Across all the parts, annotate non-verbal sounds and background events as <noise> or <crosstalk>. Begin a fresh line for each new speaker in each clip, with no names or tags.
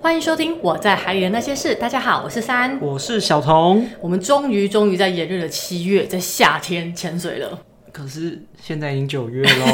欢迎收听《我在海里的那些事》。大家好，我是三。
我是小童，
我们终于终于在炎热的七月，在夏天潜水了。
可是现在已经九月喽。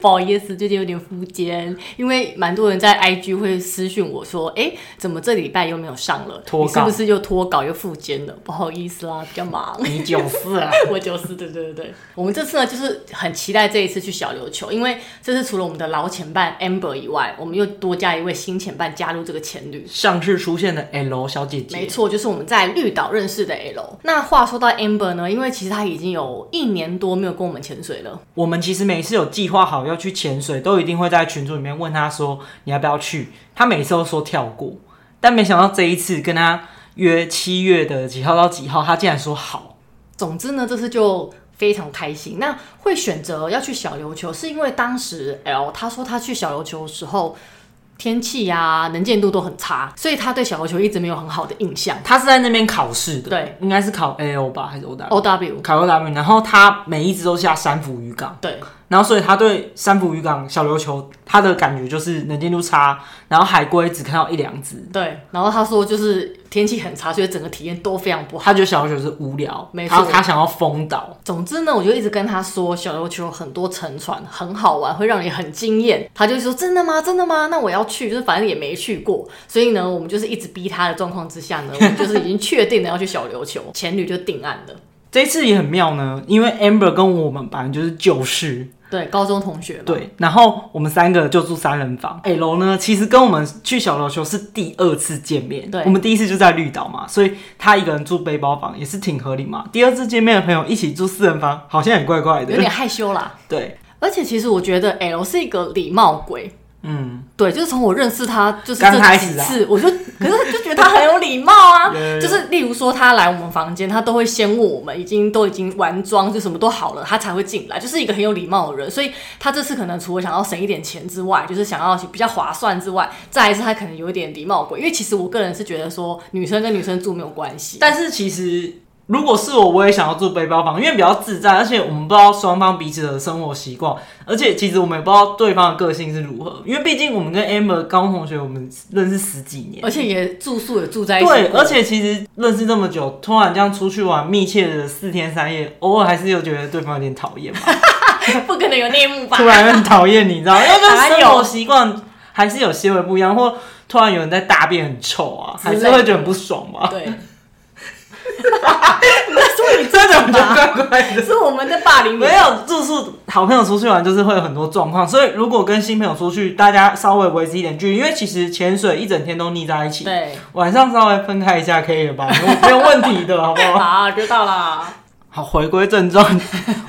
不好意思，最近有点肤坚，因为蛮多人在 IG 会私讯我说：“哎、怎么这礼拜又没有上了？
脱稿
你是不是又脱稿又复坚了？”不好意思啦，比较忙。
<laughs>
<laughs>
你九四啊？
我就是，对对对对，我们这次呢，就是很期待这一次去小琉球，因为这次除了我们的老前伴 Amber 以外，我们又多加一位新前伴加入这个前旅。
上次出现的 L 小姐
没
姐，
错，就是我们在绿岛认识的 L。那话说到 Amber 呢，因为其实她已经有一年多没有跟我们潜水了，
我们其实每次有计划好要去潜水，都一定会在群组里面问她说你要不要去，她每次都说跳过，但没想到这一次跟她约七月的几号到几号，她竟然说好。
总之呢，这次就非常开心。那会选择要去小琉球，是因为当时 L 他说他去小琉球的时候。天气呀、能见度都很差，所以他对小琉球一直没有很好的印象。
她是在那边考试的，
对，
应该是考 L 吧，还是 O W？、
O W，
考 O W，然后她每一只都下三福渔港。
对，
然后所以他对三浦渔港小琉球他的感觉就是能见度差，然后海龟只看到一两只，
对，然后他说就是天气很差，所以整个体验都非常不好。
他觉得小琉球是无聊，
没
他
错
他想要封岛，
总之呢，我就一直跟他说，小琉球有很多沉船很好玩，会让你很惊艳。他就说真的吗？真的吗？那我要去，就是反正也没去过，所以呢，我们就是一直逼他的状况之下呢，我们就是已经确定了要去小琉球，前女就定案了。
这一次也很妙呢，因为 Amber 跟我们本来就是旧识，
对，高中同学嘛，
对，然后我们三个就住三人房。L 呢，其实跟我们去小琉球是第二次见面，
对
我们第一次就在绿岛嘛，所以他一个人住背包房也是挺合理嘛。第二次见面的朋友一起住四人房，好像也怪怪
有
的，
点害羞啦。
对，
而且其实我觉得 L 是一个礼貌鬼，
嗯，
对，就是从我认识他就是
刚
这
开
几
始啊
次，我就可是就觉
<laughs>
得他很有礼貌啊。
就
<laughs> 就是例如说，他来我们房间，他都会先问我们，已经都已经完妆，就什么都好了，他才会进来，就是一个很有礼貌的人。所以他这次可能除了想要省一点钱之外，就是想要比较划算之外，再来是他可能有一点礼貌鬼。因为其实我个人是觉得说，女生跟女生住没有关系，
但是其实如果是我，我也想要住背包房，因为比较自在，而且我们不知道双方彼此的生活习惯，而且其实我们也不知道对方的个性是如何，因为毕竟我们跟 Amber 高中同学，我们认识十几年。
而且也住宿也住在一起过，
对，而且其实认识这么久，突然这样出去玩，密切的四天三夜，偶尔还是有觉得对方有点讨厌吧，
不可能有内幕吧
突？然很讨厌你，你知道 <laughs> 吗？因为
哪
跟
有
生活习惯还是有些微不一样，或突然有人在大便很臭啊，还
之
是
类的
会觉得很不爽吧？
对，那是你
<laughs> <laughs> 真的
吧
比较怪怪的。
是我们在霸凌你
没。有住宿，好朋友出去玩就是会有很多状况，所以如果跟新朋友出去，大家稍微维持一点距离，因为其实潜水一整天都腻在一起，
对，
晚上稍微分开一下可以了吧？没有没有问题的，好不好？
好，知道啦。
好，回归正传，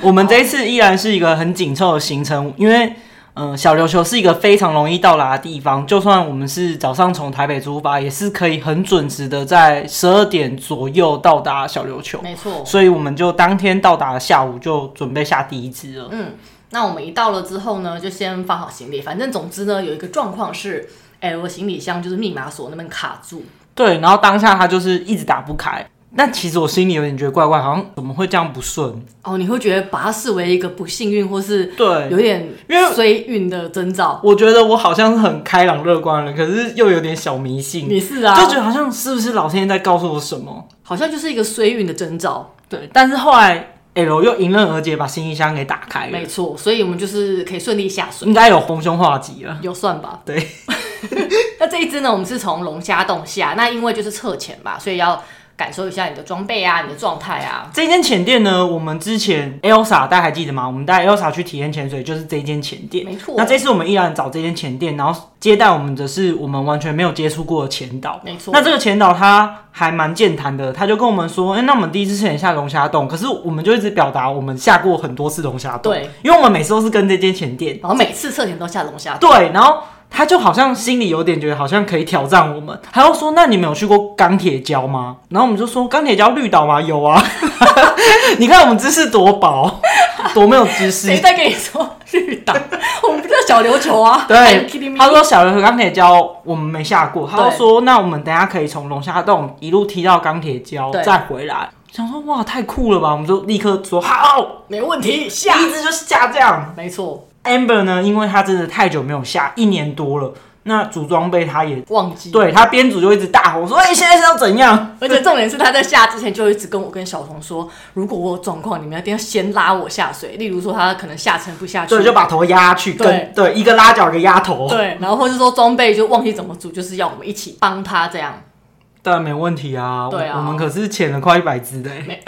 我们这一次依然是一个很紧凑的行程，因为。嗯，小琉球是一个非常容易到达的地方，就算我们是早上从台北出发，也是可以很准时的在十二点左右到达小琉球，
没错，
所以我们就当天到达，下午就准备下第一支了。
嗯，那我们一到了之后呢，就先放好行李。反正总之呢，有一个状况是，哎、我行李箱就是密码锁那边卡住。
对，然后当下他就是一直打不开。那其实我心里有点觉得怪怪，好像怎么会这样不顺？
哦，你会觉得把它视为一个不幸运或是
对，
有点
因为
衰运的征兆。
我觉得我好像是很开朗乐观的人，可是又有点小迷信，
你是啊，
就觉得好像是不是老天爷在告诉我什么？
好像就是一个衰运的征兆。
对，但是后来 L 又迎刃而解，把行李箱给打开了
没，错，所以我们就是可以顺利下水，
应该有逢凶化吉了。
有算吧？
<laughs> 对。
<laughs> 那这一支呢，我们是从龙虾洞下，那因为就是侧潜嘛，所以要感受一下你的装备啊，你的状态啊。
这间浅店呢，我们之前 Elsa 大家还记得吗？我们带 Elsa 去体验潜水，就是这间浅店。
没错
那这次我们依然找这间浅店，然后接待我们的是我们完全没有接触过的前导。
没错。
那这个前导他还蛮健谈的，他就跟我们说，哎、那我们第一次潜下龙虾洞，可是我们就一直表达我们下过很多次龙虾洞，
对，
因为我们每次都是跟这间前店，
然后每次侧潜都下龙虾洞。
对，然后他就好像心里有点觉得好像可以挑战我们，还要说，那你们有去过钢铁礁吗？然后我们就说钢铁礁绿岛吗？有啊， <laughs> 你看我们知识多薄，多没有知识
谁。在跟你说绿 <laughs> 岛？我们不叫小琉球啊！
对
k i d d i n，
他说小琉球钢铁礁我们没下过，他
对
就说那我们等一下可以从龙虾洞一路踢到钢铁礁
对
再回来。想说哇太酷了吧，我们就立刻说好， <laughs>
没问题，
第
下。
一只就是下这样。
没错，
Amber 呢，因为他真的太久没有下，一年多了，那组装备他也
忘记。
对他编组就一直大吼说：“哎、现在是要怎样
而且重点是他在下之前就一直跟我跟小童说，如果我有状况，你们一定要先拉我下水。例如说他可能下沉不下？”去，
对，就把头压下去，
对
跟对一个拉脚，一个压头，
对，啊然后或是说装备就忘记怎么组，就是要我们一起帮他这样。
当然没问题啊。
对啊
我我们可是潜了快一百只的、欸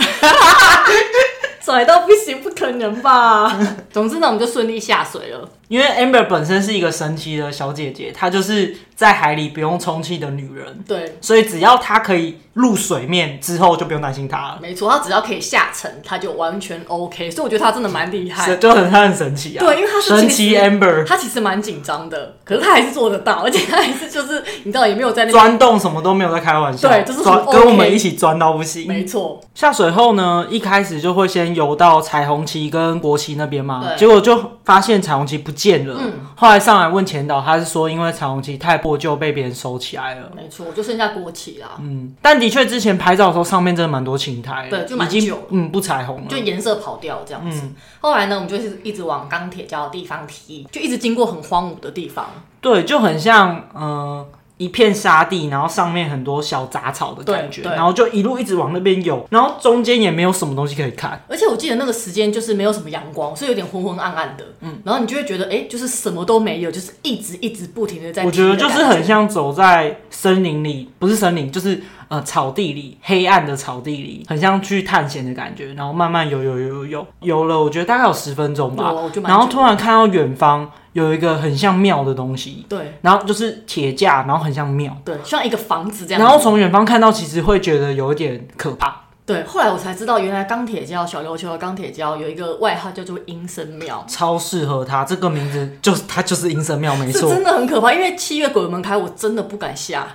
甩到不行，不可能吧？ <laughs> 总之呢，我们就顺利下水了。
因为 Amber 本身是一个神奇的小姐姐，她就是在海里不用充气的女人，
对，
所以只要她可以入水面之后，就不用担心她了。
没错，他只要可以下沉，他就完全 OK。所以我觉得他真的蛮厉害
是。就很她很神奇啊！
对，因为他是
神
其
奇
实
Amber
他其实蛮紧张的，可是他还是做得到，而且他还是就是你知道也没有在那边。
钻洞什么都没有在开玩笑，
对就是
钻
很 OK
跟我们一起钻到不行。
没错，
下水后呢，一开始就会先游到彩虹旗跟国旗那边嘛，
对
结果就发现彩虹旗不见了。
嗯
后来上来问前导，他是说因为彩虹旗太破旧，被别人收起来了。
没错，就剩下国旗啦，
嗯，但的确之前拍照的时候，上面真的蛮多青苔的，
对就
已
蛮
经
久了
嗯不彩虹了
就。颜色跑掉这样子。
嗯，
后来呢，我们就是一直往钢铁礁的地方踢，就一直经过很荒芜的地方。
对，就很像嗯、呃一片沙地，然后上面很多小杂草的感觉，
对对
然后就一路一直往那边游，然后中间也没有什么东西可以看。
而且我记得那个时间就是没有什么阳光，所以有点昏昏暗暗的。嗯，然后你就会觉得，哎、就是什么都没有，就是一直一直不停的在。
我觉得就是很，像走在森林里，不是森林，就是呃草地里，黑暗的草地里，很像去探险的感觉。然后慢慢游游游游游游了，我觉得大概有十分钟吧
有我就。蛮
然后
久
突然看到远方有一个很像庙的东西，
对
然后就是铁架，然后很像庙，
对，像一个房子这样子。
然后从远方看到，其实会觉得有一点可怕。
对，后来我才知道，原来钢铁礁小琉球的钢铁礁有一个外号叫做阴森庙。
超适合它这个名字， <laughs> 就是它就是阴神庙，没
是
错。
真的很可怕，因为七月鬼门开，我真的不敢下，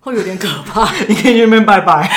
会有点可怕。 <laughs>
你可以去那边拜拜。 <laughs>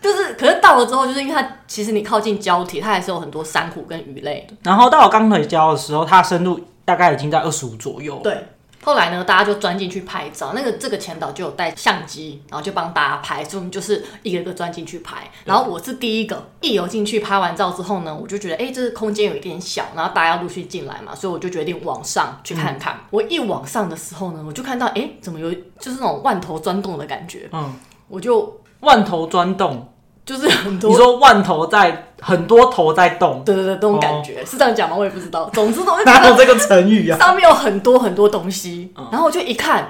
就是，可是到了之后，就是因为它其实你靠近礁体，它还是有很多珊瑚跟鱼类。
然后到了钢腿礁的时候，它的深度大概已经在二十五左右。
对，后来呢，大家就钻进去拍照。那个这个前导就有带相机，然后就帮大家拍，所以我们就是一个一个钻进去拍。然后我是第一个，一游进去拍完照之后呢，我就觉得，哎、这个空间有一点小，然后大家要陆续进来嘛，所以我就决定往上去看
嗯
看。我一往上的时候呢，我就看到，哎、怎么有就是那种万头钻洞的感觉，
嗯，
我就
万头钻洞。
就是很多
你说万头在，很多头在动，
对对对，那种感觉、是这样讲吗？我也不知道。总之呢， <laughs> 我就觉
<laughs> 哪有
得
这个成语啊？
上面有很多很多东西，然后我就一看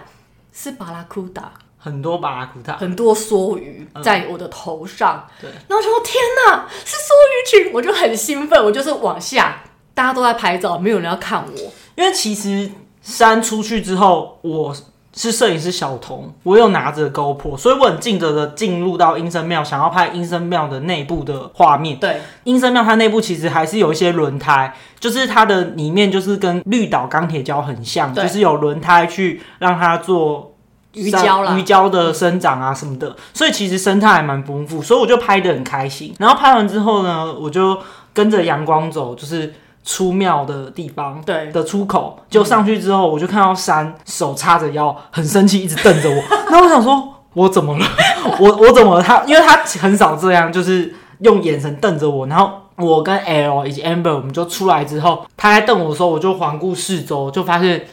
是巴拉库达，
很多巴拉古塔。
很多梭鱼在我的头上，
对
然后我就说天哪，是梭鱼群，我就很兴奋，我就是往下，大家都在拍照，没有人要看我，
因为其实山出去之后，我是摄影师小童，我有拿着 GoPro，所以我很尽责的进入到阴森庙，想要拍阴森庙的内部的画面。
对
阴森庙它内部其实还是有一些轮胎，就是它的里面就是跟绿岛钢铁胶很像，
对
就是有轮胎去让它做。
鱼胶啦
鱼胶的生长啊什么的，所以其实生态还蛮丰富，所以我就拍的很开心。然后拍完之后呢，我就跟着阳光走，就是出庙的地方，
对
的出口，就上去之后，我就看到山手叉着腰，很生气，一直瞪着我。 <laughs> 那我想说，我怎么了？ <laughs> 我我怎么了？他因为他很少这样，就是用眼神瞪着我。然后我跟 L 以及 Amber 我们就出来之后，他在瞪我的时候，我就环顾四周，就发现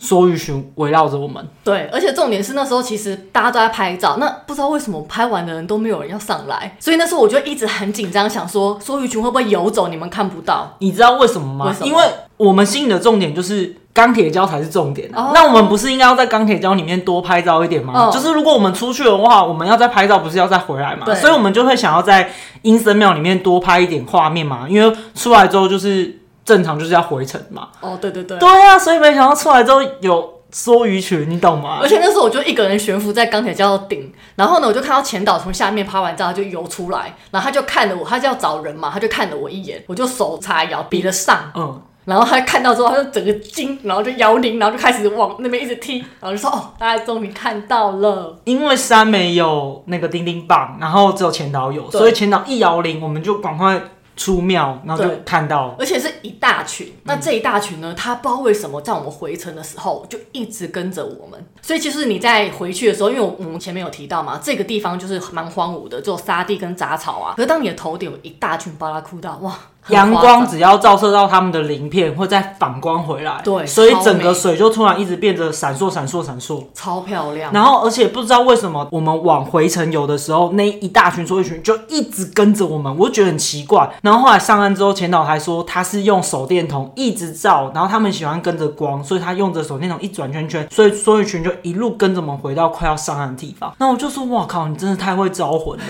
梭鱼群围绕着我们。
对，而且重点是那时候其实大家都在拍照，那不知道为什么拍完的人都没有人要上来，所以那时候我就一直很紧张，想说梭鱼群会不会游走，你们看不到。
你知道为什么吗？
为什么
因为我们吸引的重点就是钢铁胶才是重点、啊
哦
那我们不是应该要在钢铁胶里面多拍照一点吗？
嗯
就是如果我们出去的话，我们要再拍照，不是要再回来嘛？
对
所以我们就会想要在阴森庙里面多拍一点画面嘛，因为出来之后就是正常就是要回程嘛。
哦，对对对。
对啊，所以没想到出来之后有梭鱼群，你懂吗
而？且那时候我就一个人悬浮在钢铁礁的顶，然后呢，我就看到前导从下面拍完照，他就游出来，然后他就看了我，他就要找人嘛，他就看了我一眼，我就手叉腰比了上，
嗯，
然后他看到之后，他就整个惊，然后就摇铃，然后就开始往那边一直踢，然后就说哦，大家终于看到了，
因为山没有那个叮叮棒，然后只有前导有，
对
所以前导一摇铃，我们就赶快出庙，然后就
对
看到。
而且是一大群。
嗯
那这一大群呢，他不知道为什么在我们回程的时候就一直跟着我们，所以其实你在回去的时候，因为我我们前面有提到嘛，这个地方就是蛮荒芜的，只有沙地跟杂草啊。可是当你的头顶有一大群巴拉库达，哇，很
阳
夸
光
张
只要照射到他们的鳞片，会再反光回来，
对
所以
超
整个
美
水就突然一直变得闪烁、闪烁、闪烁。
超漂亮。
然后，而且不知道为什么，我们往回程游的时候，那一大群说一群就一直跟着我们，我就觉得很奇怪。然后后来上岸之后，前导还说他是用手电筒一直照，然后他们喜欢跟着光，所以他用着手电筒一转圈圈，所以所有群就一路跟着我们回到快要上岸的地方。那我就说，哇靠，你真的太会招
<laughs>
魂了。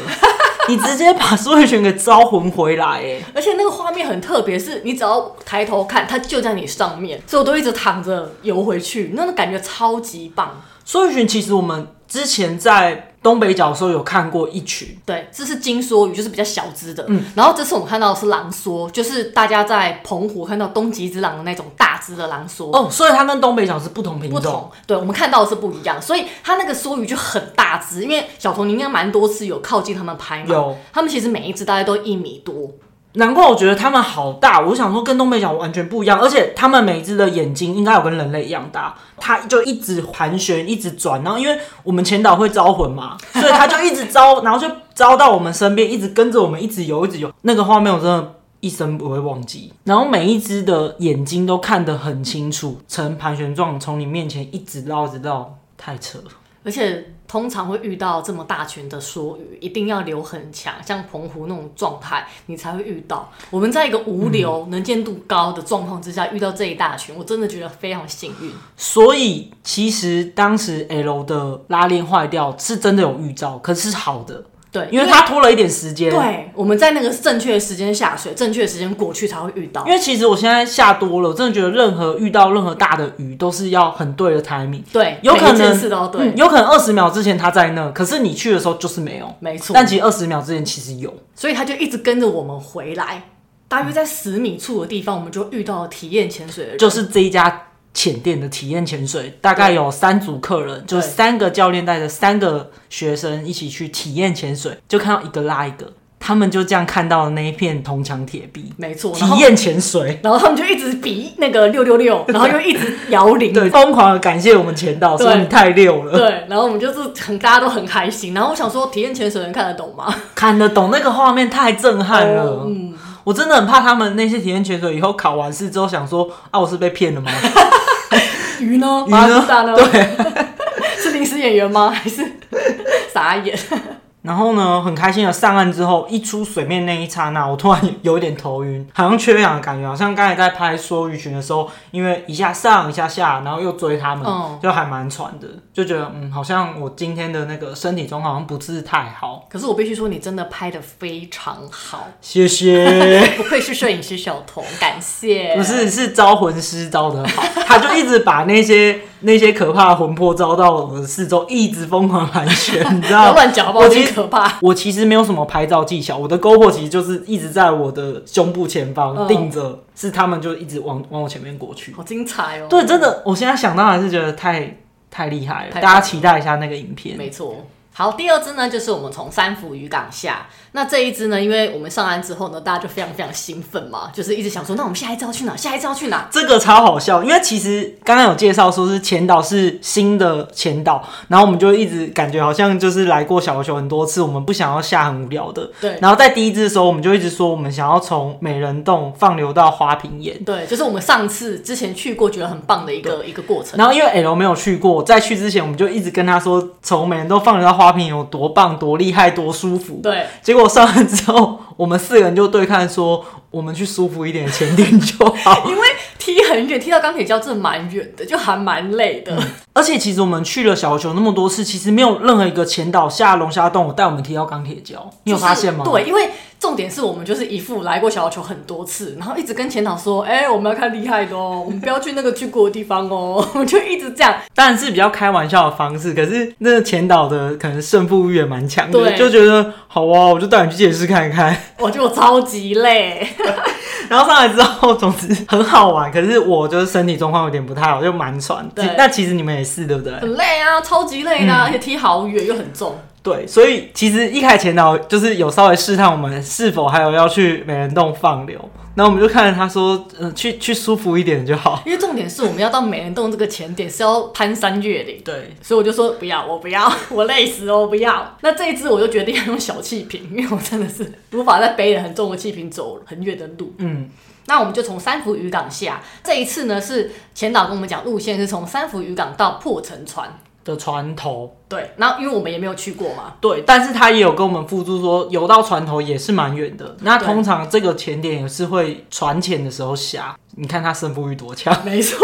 你直接把所有群给招魂回来、哎，
而且那个画面很特别，是你只要抬头看，它就在你上面，所以我都一直躺着游回去，那种感觉超级棒。
所有群其实我们之前在东北角的时候有看过一群，
对，这是金梭鱼，就是比较小只的。嗯，然后这次我们看到的是狼梭，就是大家在澎湖看到东极之狼的那种大只的狼梭。
哦，所以它跟东北角是不同品
不
种。
同，对我们看到的是不一样，所以它那个梭鱼就很大只，因为小童你应该蛮多次有靠近他们拍嘛，
有，
他们其实每一只大概都一米多，
难怪我觉得它们好大，我想说跟东北角完全不一样，而且它们每一只的眼睛应该有跟人类一样大，它就一直盘旋，一直转，然后因为我们前导会招魂嘛，
<laughs>
所以它就一直招，然后就招到我们身边，一直跟着我们，一直游，一直游，那个画面我真的。一生不会忘记，然后每一只的眼睛都看得很清楚，呈盘旋状从你面前一直绕，一直绕，太扯了。
而且通常会遇到这么大群的梭鱼，一定要流很强，像澎湖那种状态，你才会遇到。我们在一个无流、
嗯
能见度高的状况之下遇到这一大群，我真的觉得非常幸运。
所以其实当时 L 的拉链坏掉是真的有预兆，可是是好的，
对，
因为它拖了一点时间。，
对我们在那个正确的时间下水，正确的时间过去才会遇到
因。为其实我现在下多了，我真的觉得任何遇到任何大的鱼都是要很对的 timing，
对，
有可
每一件
能
事都要对，
嗯，有可能二十秒之前它在那，可是你去的时候就是没有。
没错。
但其实二十秒之前其实有，
所以他就一直跟着我们回来，大约在十米处的地方，我们就遇到了体验潜水的人。
就是这一家浅店的体验潜水，大概有三组客人，就是三个教练带着三个学生一起去体验潜水，就看到一个拉一个，他们就这样看到那一片铜墙铁壁，
没错，然
体
后
验潜水。
然后他们就一直比那个六六 <laughs> 六，然后又一直摇铃，
对，疯狂的感谢我们前导，说
对
你太溜了，
对，然后我们就是很大家都很开心。然后我想说，体验潜水能看得懂 <laughs> 吗？
看得懂那个画面太震撼了。
嗯，
我真的很怕他们那些体验潜水以后考完试之后想说啊，我是被骗了吗？
鱼呢？
鱼
马
呢
拉大呢？对， <laughs> 是临时演员吗？还是 <laughs> 傻眼？
然后呢，很开心的上岸之后，一出水面那一刹那，我突然有点头晕，好像缺氧的感觉，好像刚才在拍梭鱼群的时候，因为一下上一下下，然后又追他们，
嗯
就还蛮喘的，就觉得嗯，好像我今天的那个身体状况好像不是太好。
可是我必须说，你真的拍的非常好，<laughs>
谢谢，
不愧是摄影师小童，感谢。
不是是招魂师招的好，他就一直把那些那些可怕的魂魄招到我的四周，一直疯狂盘旋，你知
不 <laughs> 要
道吗？
乱讲，好不好？
我
有
其
点
实
可怕。
我其实没有什么拍照技巧，我的 GoPro 其实就是一直在我的胸部前方
嗯
定着，是他们就一直往往我前面过去。
好精彩哦！
对，真的，我现在想到还是觉得太太厉害了，
太棒了
大家期待一下那个影片。
没错。好，第二支呢，就是我们从三福渔港下。那这一支呢，因为我们上岸之后呢，大家就非常非常兴奋嘛，就是一直想说，那我们下一支要去哪？下一支要去哪？
这个超好笑，因为其实刚刚有介绍说是前导是新的前导，然后我们就一直感觉好像就是来过小琉球很多次，我们不想要下很无聊的。
对
然后在第一支的时候，我们就一直说我们想要从美人洞放流到花瓶岩。
对，就是我们上次之前去过，觉得很棒的一个一个过程。
然后因为 L 没有去过，在去之前我们就一直跟他说，从每人都放得到花瓶有多棒、多厉害、多舒服。
对，
结果上岸之后，我们四个人就对看说，我们去舒服一点的前店就
<laughs>
好。
因为踢很远，踢到钢铁礁真的蛮远的，就还蛮累的。
而且其实我们去了小琉球那么多次，其实没有任何一个前导下龙虾洞我带我们踢到钢铁礁，你有发现吗？
就是对，因为重点是我们就是一副来过小琉球很多次，然后一直跟前导说，哎、我们要看厉害的哦，我们不要去那个去过的地方哦， <laughs> 我们就一直这样。
当然是比较开玩笑的方式，可是那个前导的可能胜负欲也蛮强的，
对
就觉得好啊，我就带你去见识看看。
我觉得我超级累。 <laughs>
然后上来之后，总之很好玩。可是我就是身体状况有点不太好，就蛮喘。
对
那其实你们也是，对不对？
很累啊，超级累
嗯
的啊、而且踢好远又很重。
对，所以其实一开始前导就是有稍微试探我们是否还有要去美人洞放流，然后我们就看着他说，呃，去去舒服一点就好。
因为重点是我们要到美人洞这个前点是要攀山越岭，
<laughs> 对，
所以我就说不要，我不要， <laughs> 我累死了，我不要。那这一次我就决定要用小气瓶，因为我真的是无法再背着很重的气瓶走很远的路。
嗯，
那我们就从三福渔港下，这一次呢是前导跟我们讲路线是从三福渔港到破城船，
的船头。
对，那因为我们也没有去过嘛，
对，但是他也有跟我们附注说，游到船头也是蛮远的。那
对
通常这个潜点也是会船潜的时候下，你看他胜负欲多强。
没错。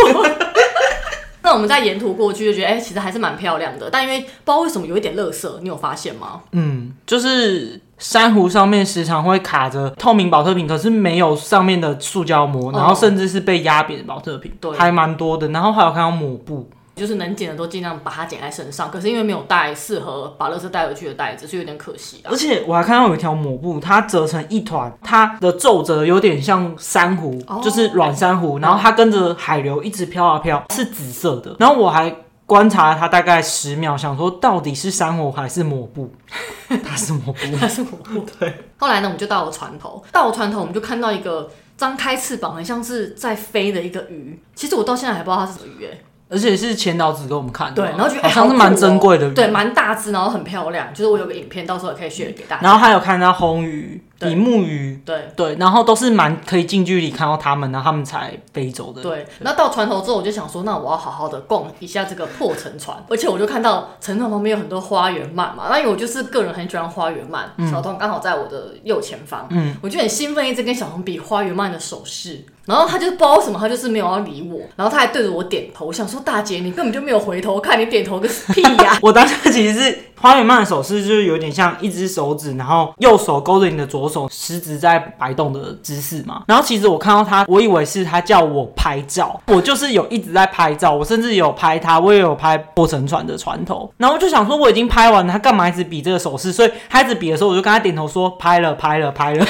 <laughs> 那我们在沿途过去就觉得，哎、其实还是蛮漂亮的，但因为不知道为什么有一点垃圾，你有发现吗？
嗯，就是珊瑚上面时常会卡着透明保特瓶，可是没有上面的塑胶膜，
哦
然后甚至是被压扁的保特瓶，
对
还蛮多的。然后还有看到抹布，
就是能捡的都尽量把它捡在身上，可是因为没有带适合把垃圾带回去的袋子，所以有点可惜啊
而。且我还看到有一条抹布，它折成一团，它的皱褶有点像珊瑚，
哦
就是软珊瑚，然后它跟着海流一直飘啊飘，是紫色的。然后我还观察了它大概十秒，想说到底是珊瑚还是抹布？ <laughs> 它是抹布。
它是我布。
<laughs>
对。后来呢，我们就到了船头，到了船头，我们就看到一个张开翅膀，很像是在飞的一个鱼。其实我到现在还不知道它是什么鱼、哎。
而且是前导子给我们看的
对，
嘛，
然后觉得
好
哎
像是
酷
蛮
哦
珍贵的鱼。
对，蛮大只，然后很漂亮。就是我有个影片，到时候也可以 share 给大家。
然后还有看到红鱼、
对
比目鱼，
对
对，然后都是蛮可以近距离看到它们，然后它们才飞走的。
对，那到船头之后，我就想说，那我要好好的逛一下这个破沉船，
<laughs>
而且我就看到沉船旁边有很多花园漫嘛，那因为我就是个人很喜欢花园漫，
嗯
小童刚好在我的右前方，嗯，我就很兴奋，一直跟小童比花园漫的手势。然后他就不知道为什么，他就是没有要理我，然后他还对着我点头，我想说大姐你根本就没有回头看，你点头个屁
<laughs>
呀、
啊我当下其实是花园漫的手势，就是有点像一只手指，然后右手勾着你的左手，食指在摆动的姿势嘛。然后其实我看到他，我以为是他叫我拍照，我就是有一直在拍照，我甚至有拍他，我也有拍破沉船的船头。然后我就想说我已经拍完了，他干嘛一直比这个手势？所以他一直比的时候，我就跟他点头说拍了，拍了，拍了。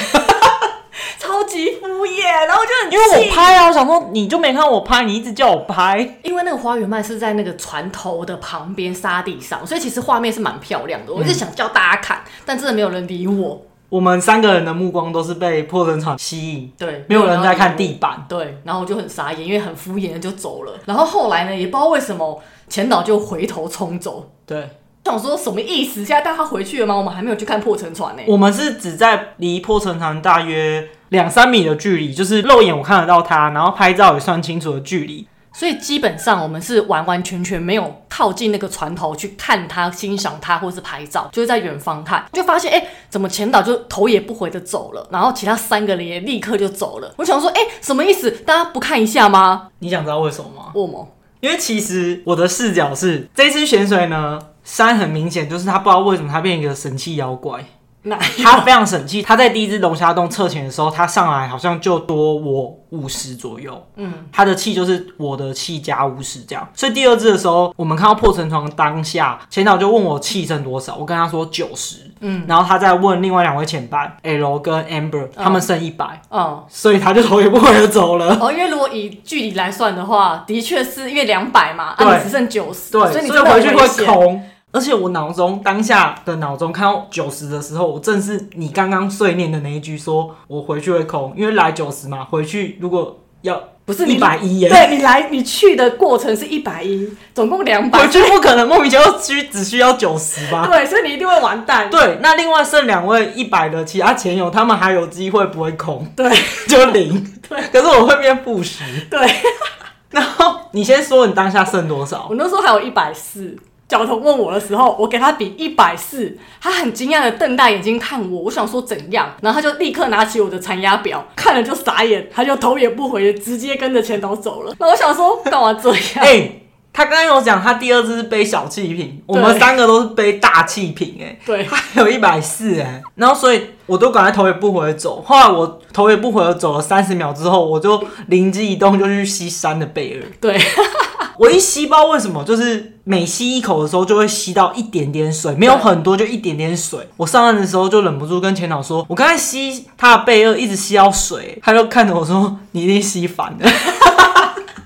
超级敷衍，然后我就很
<laughs> 因为我
气
拍啊，我想说你就没看我拍，你一直叫我拍。
因为那个花园漫是在那个船头的旁边沙地上，所以其实画面是蛮漂亮的。我一直想叫大家看，但真的没有人理我。
我们三个人的目光都是被破沉船吸引，
对，
没有人在看
理
地板
我。。对，然后我就很傻眼，因为很敷衍的就走了。然后后来呢，也不知道为什么前导就回头冲走，
对，
想说什么意思？现在带他回去了吗？我们还没有去看破沉船呢、
我们是只在离破城船大约两三米的距离，就是肉眼我看得到它，然后拍照也算清楚的距离。
所以基本上我们是完完全全没有靠近那个船头去看它、欣赏它，或是拍照，就是在远方看，就发现哎、诶怎么前导就头也不回的走了，然后其他三个人也立刻就走了。我想说，哎、什么意思？大家不看一下吗？
你想知道为什么吗？
我们
因为其实我的视角是，这次潜水呢，山很明显就是他不知道为什么他变一个神器妖怪，
那
他非常神气。他在第一只龙虾洞测潜的时候，他上来好像就多我五十左右，嗯，他的气就是我的气加五十这样。所以第二只的时候，我们看到破沉床当下，前导就问我气剩多少，我跟他说九十，嗯，然后他再问另外两位潜伴 L 跟 Amber，他们剩一百、
嗯。
所以他就头也不回的走了。
<laughs> 哦，因为如果以距离来算的话，的确是因为两百嘛，啊，
对
你只剩九十，
对，
所以你
所以
真的
回
很
去
危
会
险。
空。而且我脑中当下的脑中看到九十的时候，我正是你刚刚碎念的那一句说，我回去会空，因为来九十嘛，回去如果要
不是你
一百一耶，
对你来你去的过程是一百一，总共两百
回，去不可能莫名其妙需只需要九十吧？
对，所以你一定会完蛋。
对，那另外剩两位一百的其他前友，他们还有机会不会空，
对
就零。对，可是我会变负十。
对，
然后你先说你当下剩多少？
我那时候还有一百四。角头问我的时候，我给他比一百四，他很惊讶的瞪大眼睛看我，我想说怎样，然后他就立刻拿起我的残压表，看了就傻眼，他就头也不回的直接跟着前导走了。那我想说干嘛这样？
<laughs> 哎、他刚刚有讲他第二只是背小气瓶，我们三个都是背大气瓶、哎，
对
他有一百四哎，然后所以我都赶快头也不回地走。后来我头也不回地走了三十秒之后，我就灵机一动就去吸山的贝尔。
对，
我一吸包为什么就是每吸一口的时候就会吸到一点点水，没有很多就一点点水。我上岸的时候就忍不住跟前导说，我刚才吸他的贝二一直吸到水，他就看着我说你一定吸反了。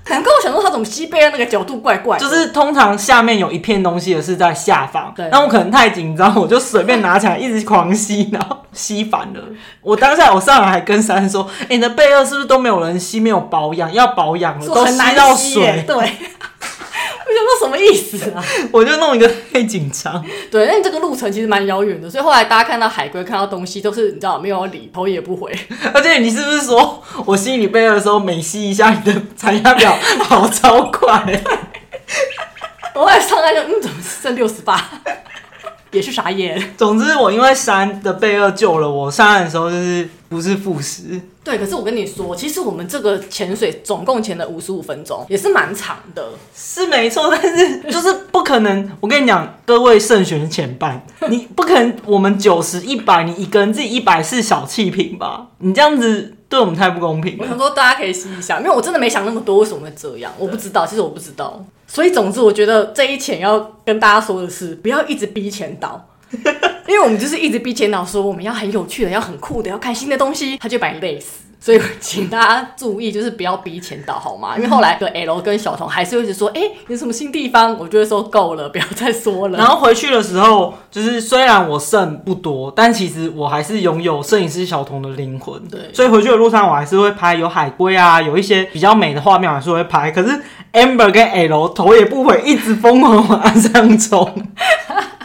难怪我想说他怎么西贝的那个角度怪怪的，
就是通常下面有一片东西的是在下方
对，
那我可能太紧张，我就随便拿起来一直狂吸，然后吸反
<laughs>
了。我当下我上来还跟珊说：“哎、你的贝二是不是都没有人吸，没有保养，要保养了，
说
都
很难
到
吸耶
水 <laughs>
对，我 <laughs> 想说什么意思啊？”
我就弄一个太紧张，
<laughs> 对，因为这个路程其实蛮遥远的，所以后来大家看到海龟、看到东西，都是你知道没有理，头也不回。
而且你是不是说我吸你贝二的时候，每吸一下你的产压表跑超快？
<laughs>
<laughs>
我后来上来就嗯，怎么剩六十八？ <laughs> 也是傻眼。
总之，我因为珊的贝二救了我，上岸的时候就是不是副食，
对，可是我跟你说，其实我们这个潜水总共潜了五十五分钟，也是蛮长的。
是没错，但是就是不可能。我跟你讲，各位慎选前半，你不可能我们九十一百，你一个人自己一百是小气瓶吧？你这样子对我们太不公平
我
了
想。说大家可以吸一下，因为我真的没想那么多，为什么会这样？我不知道，其实我不知道。所以总之，我觉得这一潜要跟大家说的是，不要一直逼潜 <laughs> 导。因为我们就是一直逼潜导说我们要很有趣的，要很酷的，要看新的东西，他就把你累死。所以请大家注意，就是不要逼潜导好吗？因为后来的 L 跟小童还是会一直说，哎、有什么新地方？我就会说够了，不要再说了。
然后回去的时候，就是虽然我剩不多，但其实我还是拥有摄影师小童的灵魂。
对
所以回去的路上，我还是会拍有海龟啊，有一些比较美的画面，我还是会拍。可是 Amber 跟 L 头也不回，一直疯狂往上冲。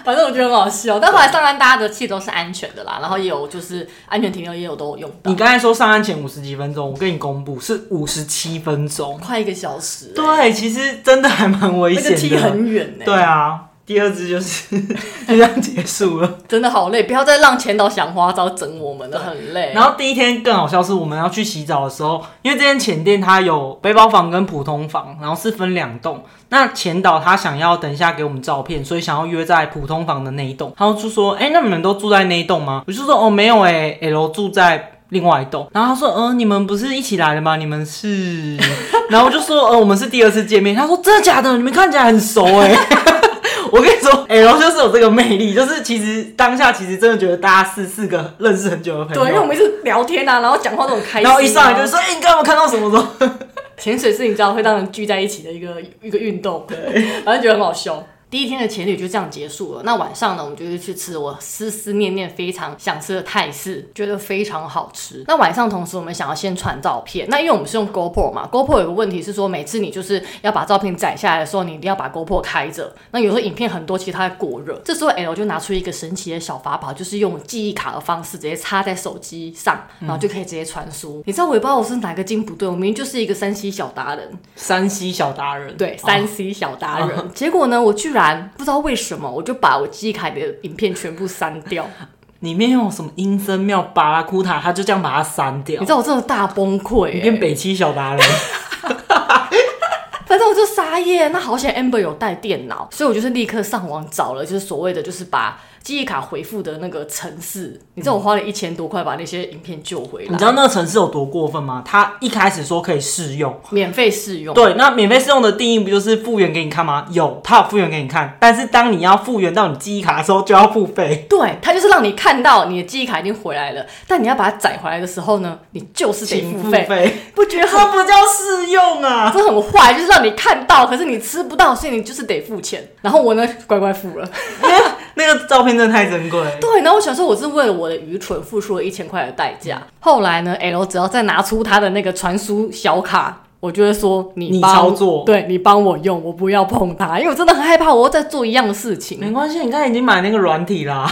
反正我觉得很好笑，但后来上岸大家的气都是安全的啦，然后也有就是安全停留也有都有用到
你，刚才说上岸前五十几分钟，我跟你公布是五十七分钟。
快一个小时、欸。
对，其实真的还蛮危
那
险
个踢
的。
很远呢、欸
对，啊，第二支就是 <laughs> 就这样结束了。
真的好累，不要再让前导想花招整我们了，很累。
然后第一天更好笑是，我们要去洗澡的时候，因为这间浅店它有背包房跟普通房，然后是分两栋。那前导他想要等一下给我们照片，所以想要约在普通房的那一栋。然后就说：“哎、那你们都住在那一栋吗？”我就说：“哦，没有哎、l 住在。”另外一栋，然后他说：“嗯、你们不是一起来的吗？你
<laughs>
们是？”然后我就说：“呃，我们是第二次见面。”他说：“真的假的？你们看起来很熟哎、 <laughs> 我跟你说，L 就是有这个魅力，就是其实当下其实真的觉得大家是四个认识很久的朋友，
对，因为我们一直聊天啊，然后讲话都很开心、
然后一上来就，说：“哎、你刚刚有看到什么什么
潜水是你知道会让人聚在一起的一个一个运动，反正觉得很好笑。第一天的潜旅就这样结束了。那晚上呢，我们就是去吃我思思念念非常想吃的泰式，觉得非常好吃。那晚上同时我们想要先传照片，那因为我们是用 GoPro 嘛，GoPro 有个问题是说，每次你就是要把照片载下来的时候，你一定要把 GoPro 开着。那有时候影片很多，其实它会过热。这时候 L 就拿出一个神奇的小法宝，就是用记忆卡的方式直接插在手机上，然后就可以直接传输。你知道我也不知道我是哪个筋不对，我明明就是一个山西小达人。？”
<laughs> 山西小达人，哦
对，三 C 小达人。结果呢，我居然不知道为什么，我就把我记忆卡里的影片全部删掉。
里面有什么阴森庙、巴拉库塔，他就这样把它删掉
<laughs> 你知，道我真的大崩溃、
你
欸，
变北七小
<laughs>
达人。
反正我就傻眼。那好险 Amber 有带电脑，所以我就是立刻上网找了，就是所谓的就是把记忆卡回复的那个程式。你知道我花了一千多块把那些影片救回来，
你知道那个城市有多过分吗？他一开始说可以试用，
免费试用。
对，那免费试用的定义不就是复原给你看吗？有，他有复原给你看，但是当你要复原到你记忆卡的时候，就要付费。
对，它就是让你看到你的记忆卡已经回来了，但你要把它载回来的时候呢，你就是得
请
付
付
费，
费，
不觉得很
这不叫试用啊！
这很坏，就是让你看到，可是你吃不到，所以你就是得付钱。然后我呢，乖乖付了。 <laughs>
那个照片真的太珍贵了。
对，然后我想说，我是为了我的愚蠢付出了一千块的代价。
嗯
后来呢，L 只要再拿出他的那个传输小卡。我就会说你
你
帮
操作
对你帮我用，我不要碰它，因为我真的很害怕，我又在做一样的事
没
情，
关系，你刚才已经买那个软
<laughs>
体啦，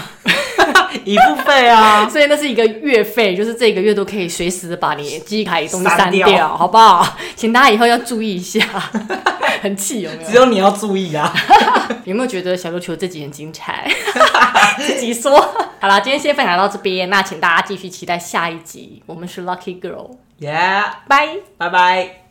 已付费啊。
所以那是一个月费，就是这个月都可以随时把你记忆卡里东西删
删掉
掉，好不好？请大家以后要注意一下， <laughs> 很气有没有
只？有你要注意啊！
<laughs> 有没有觉得小琉球这集很精彩？ <laughs> 自己说。好啦，今天先分享到这边，那请大家继续期待下一集。我们是 Lucky Girl，
耶，
拜。
拜拜。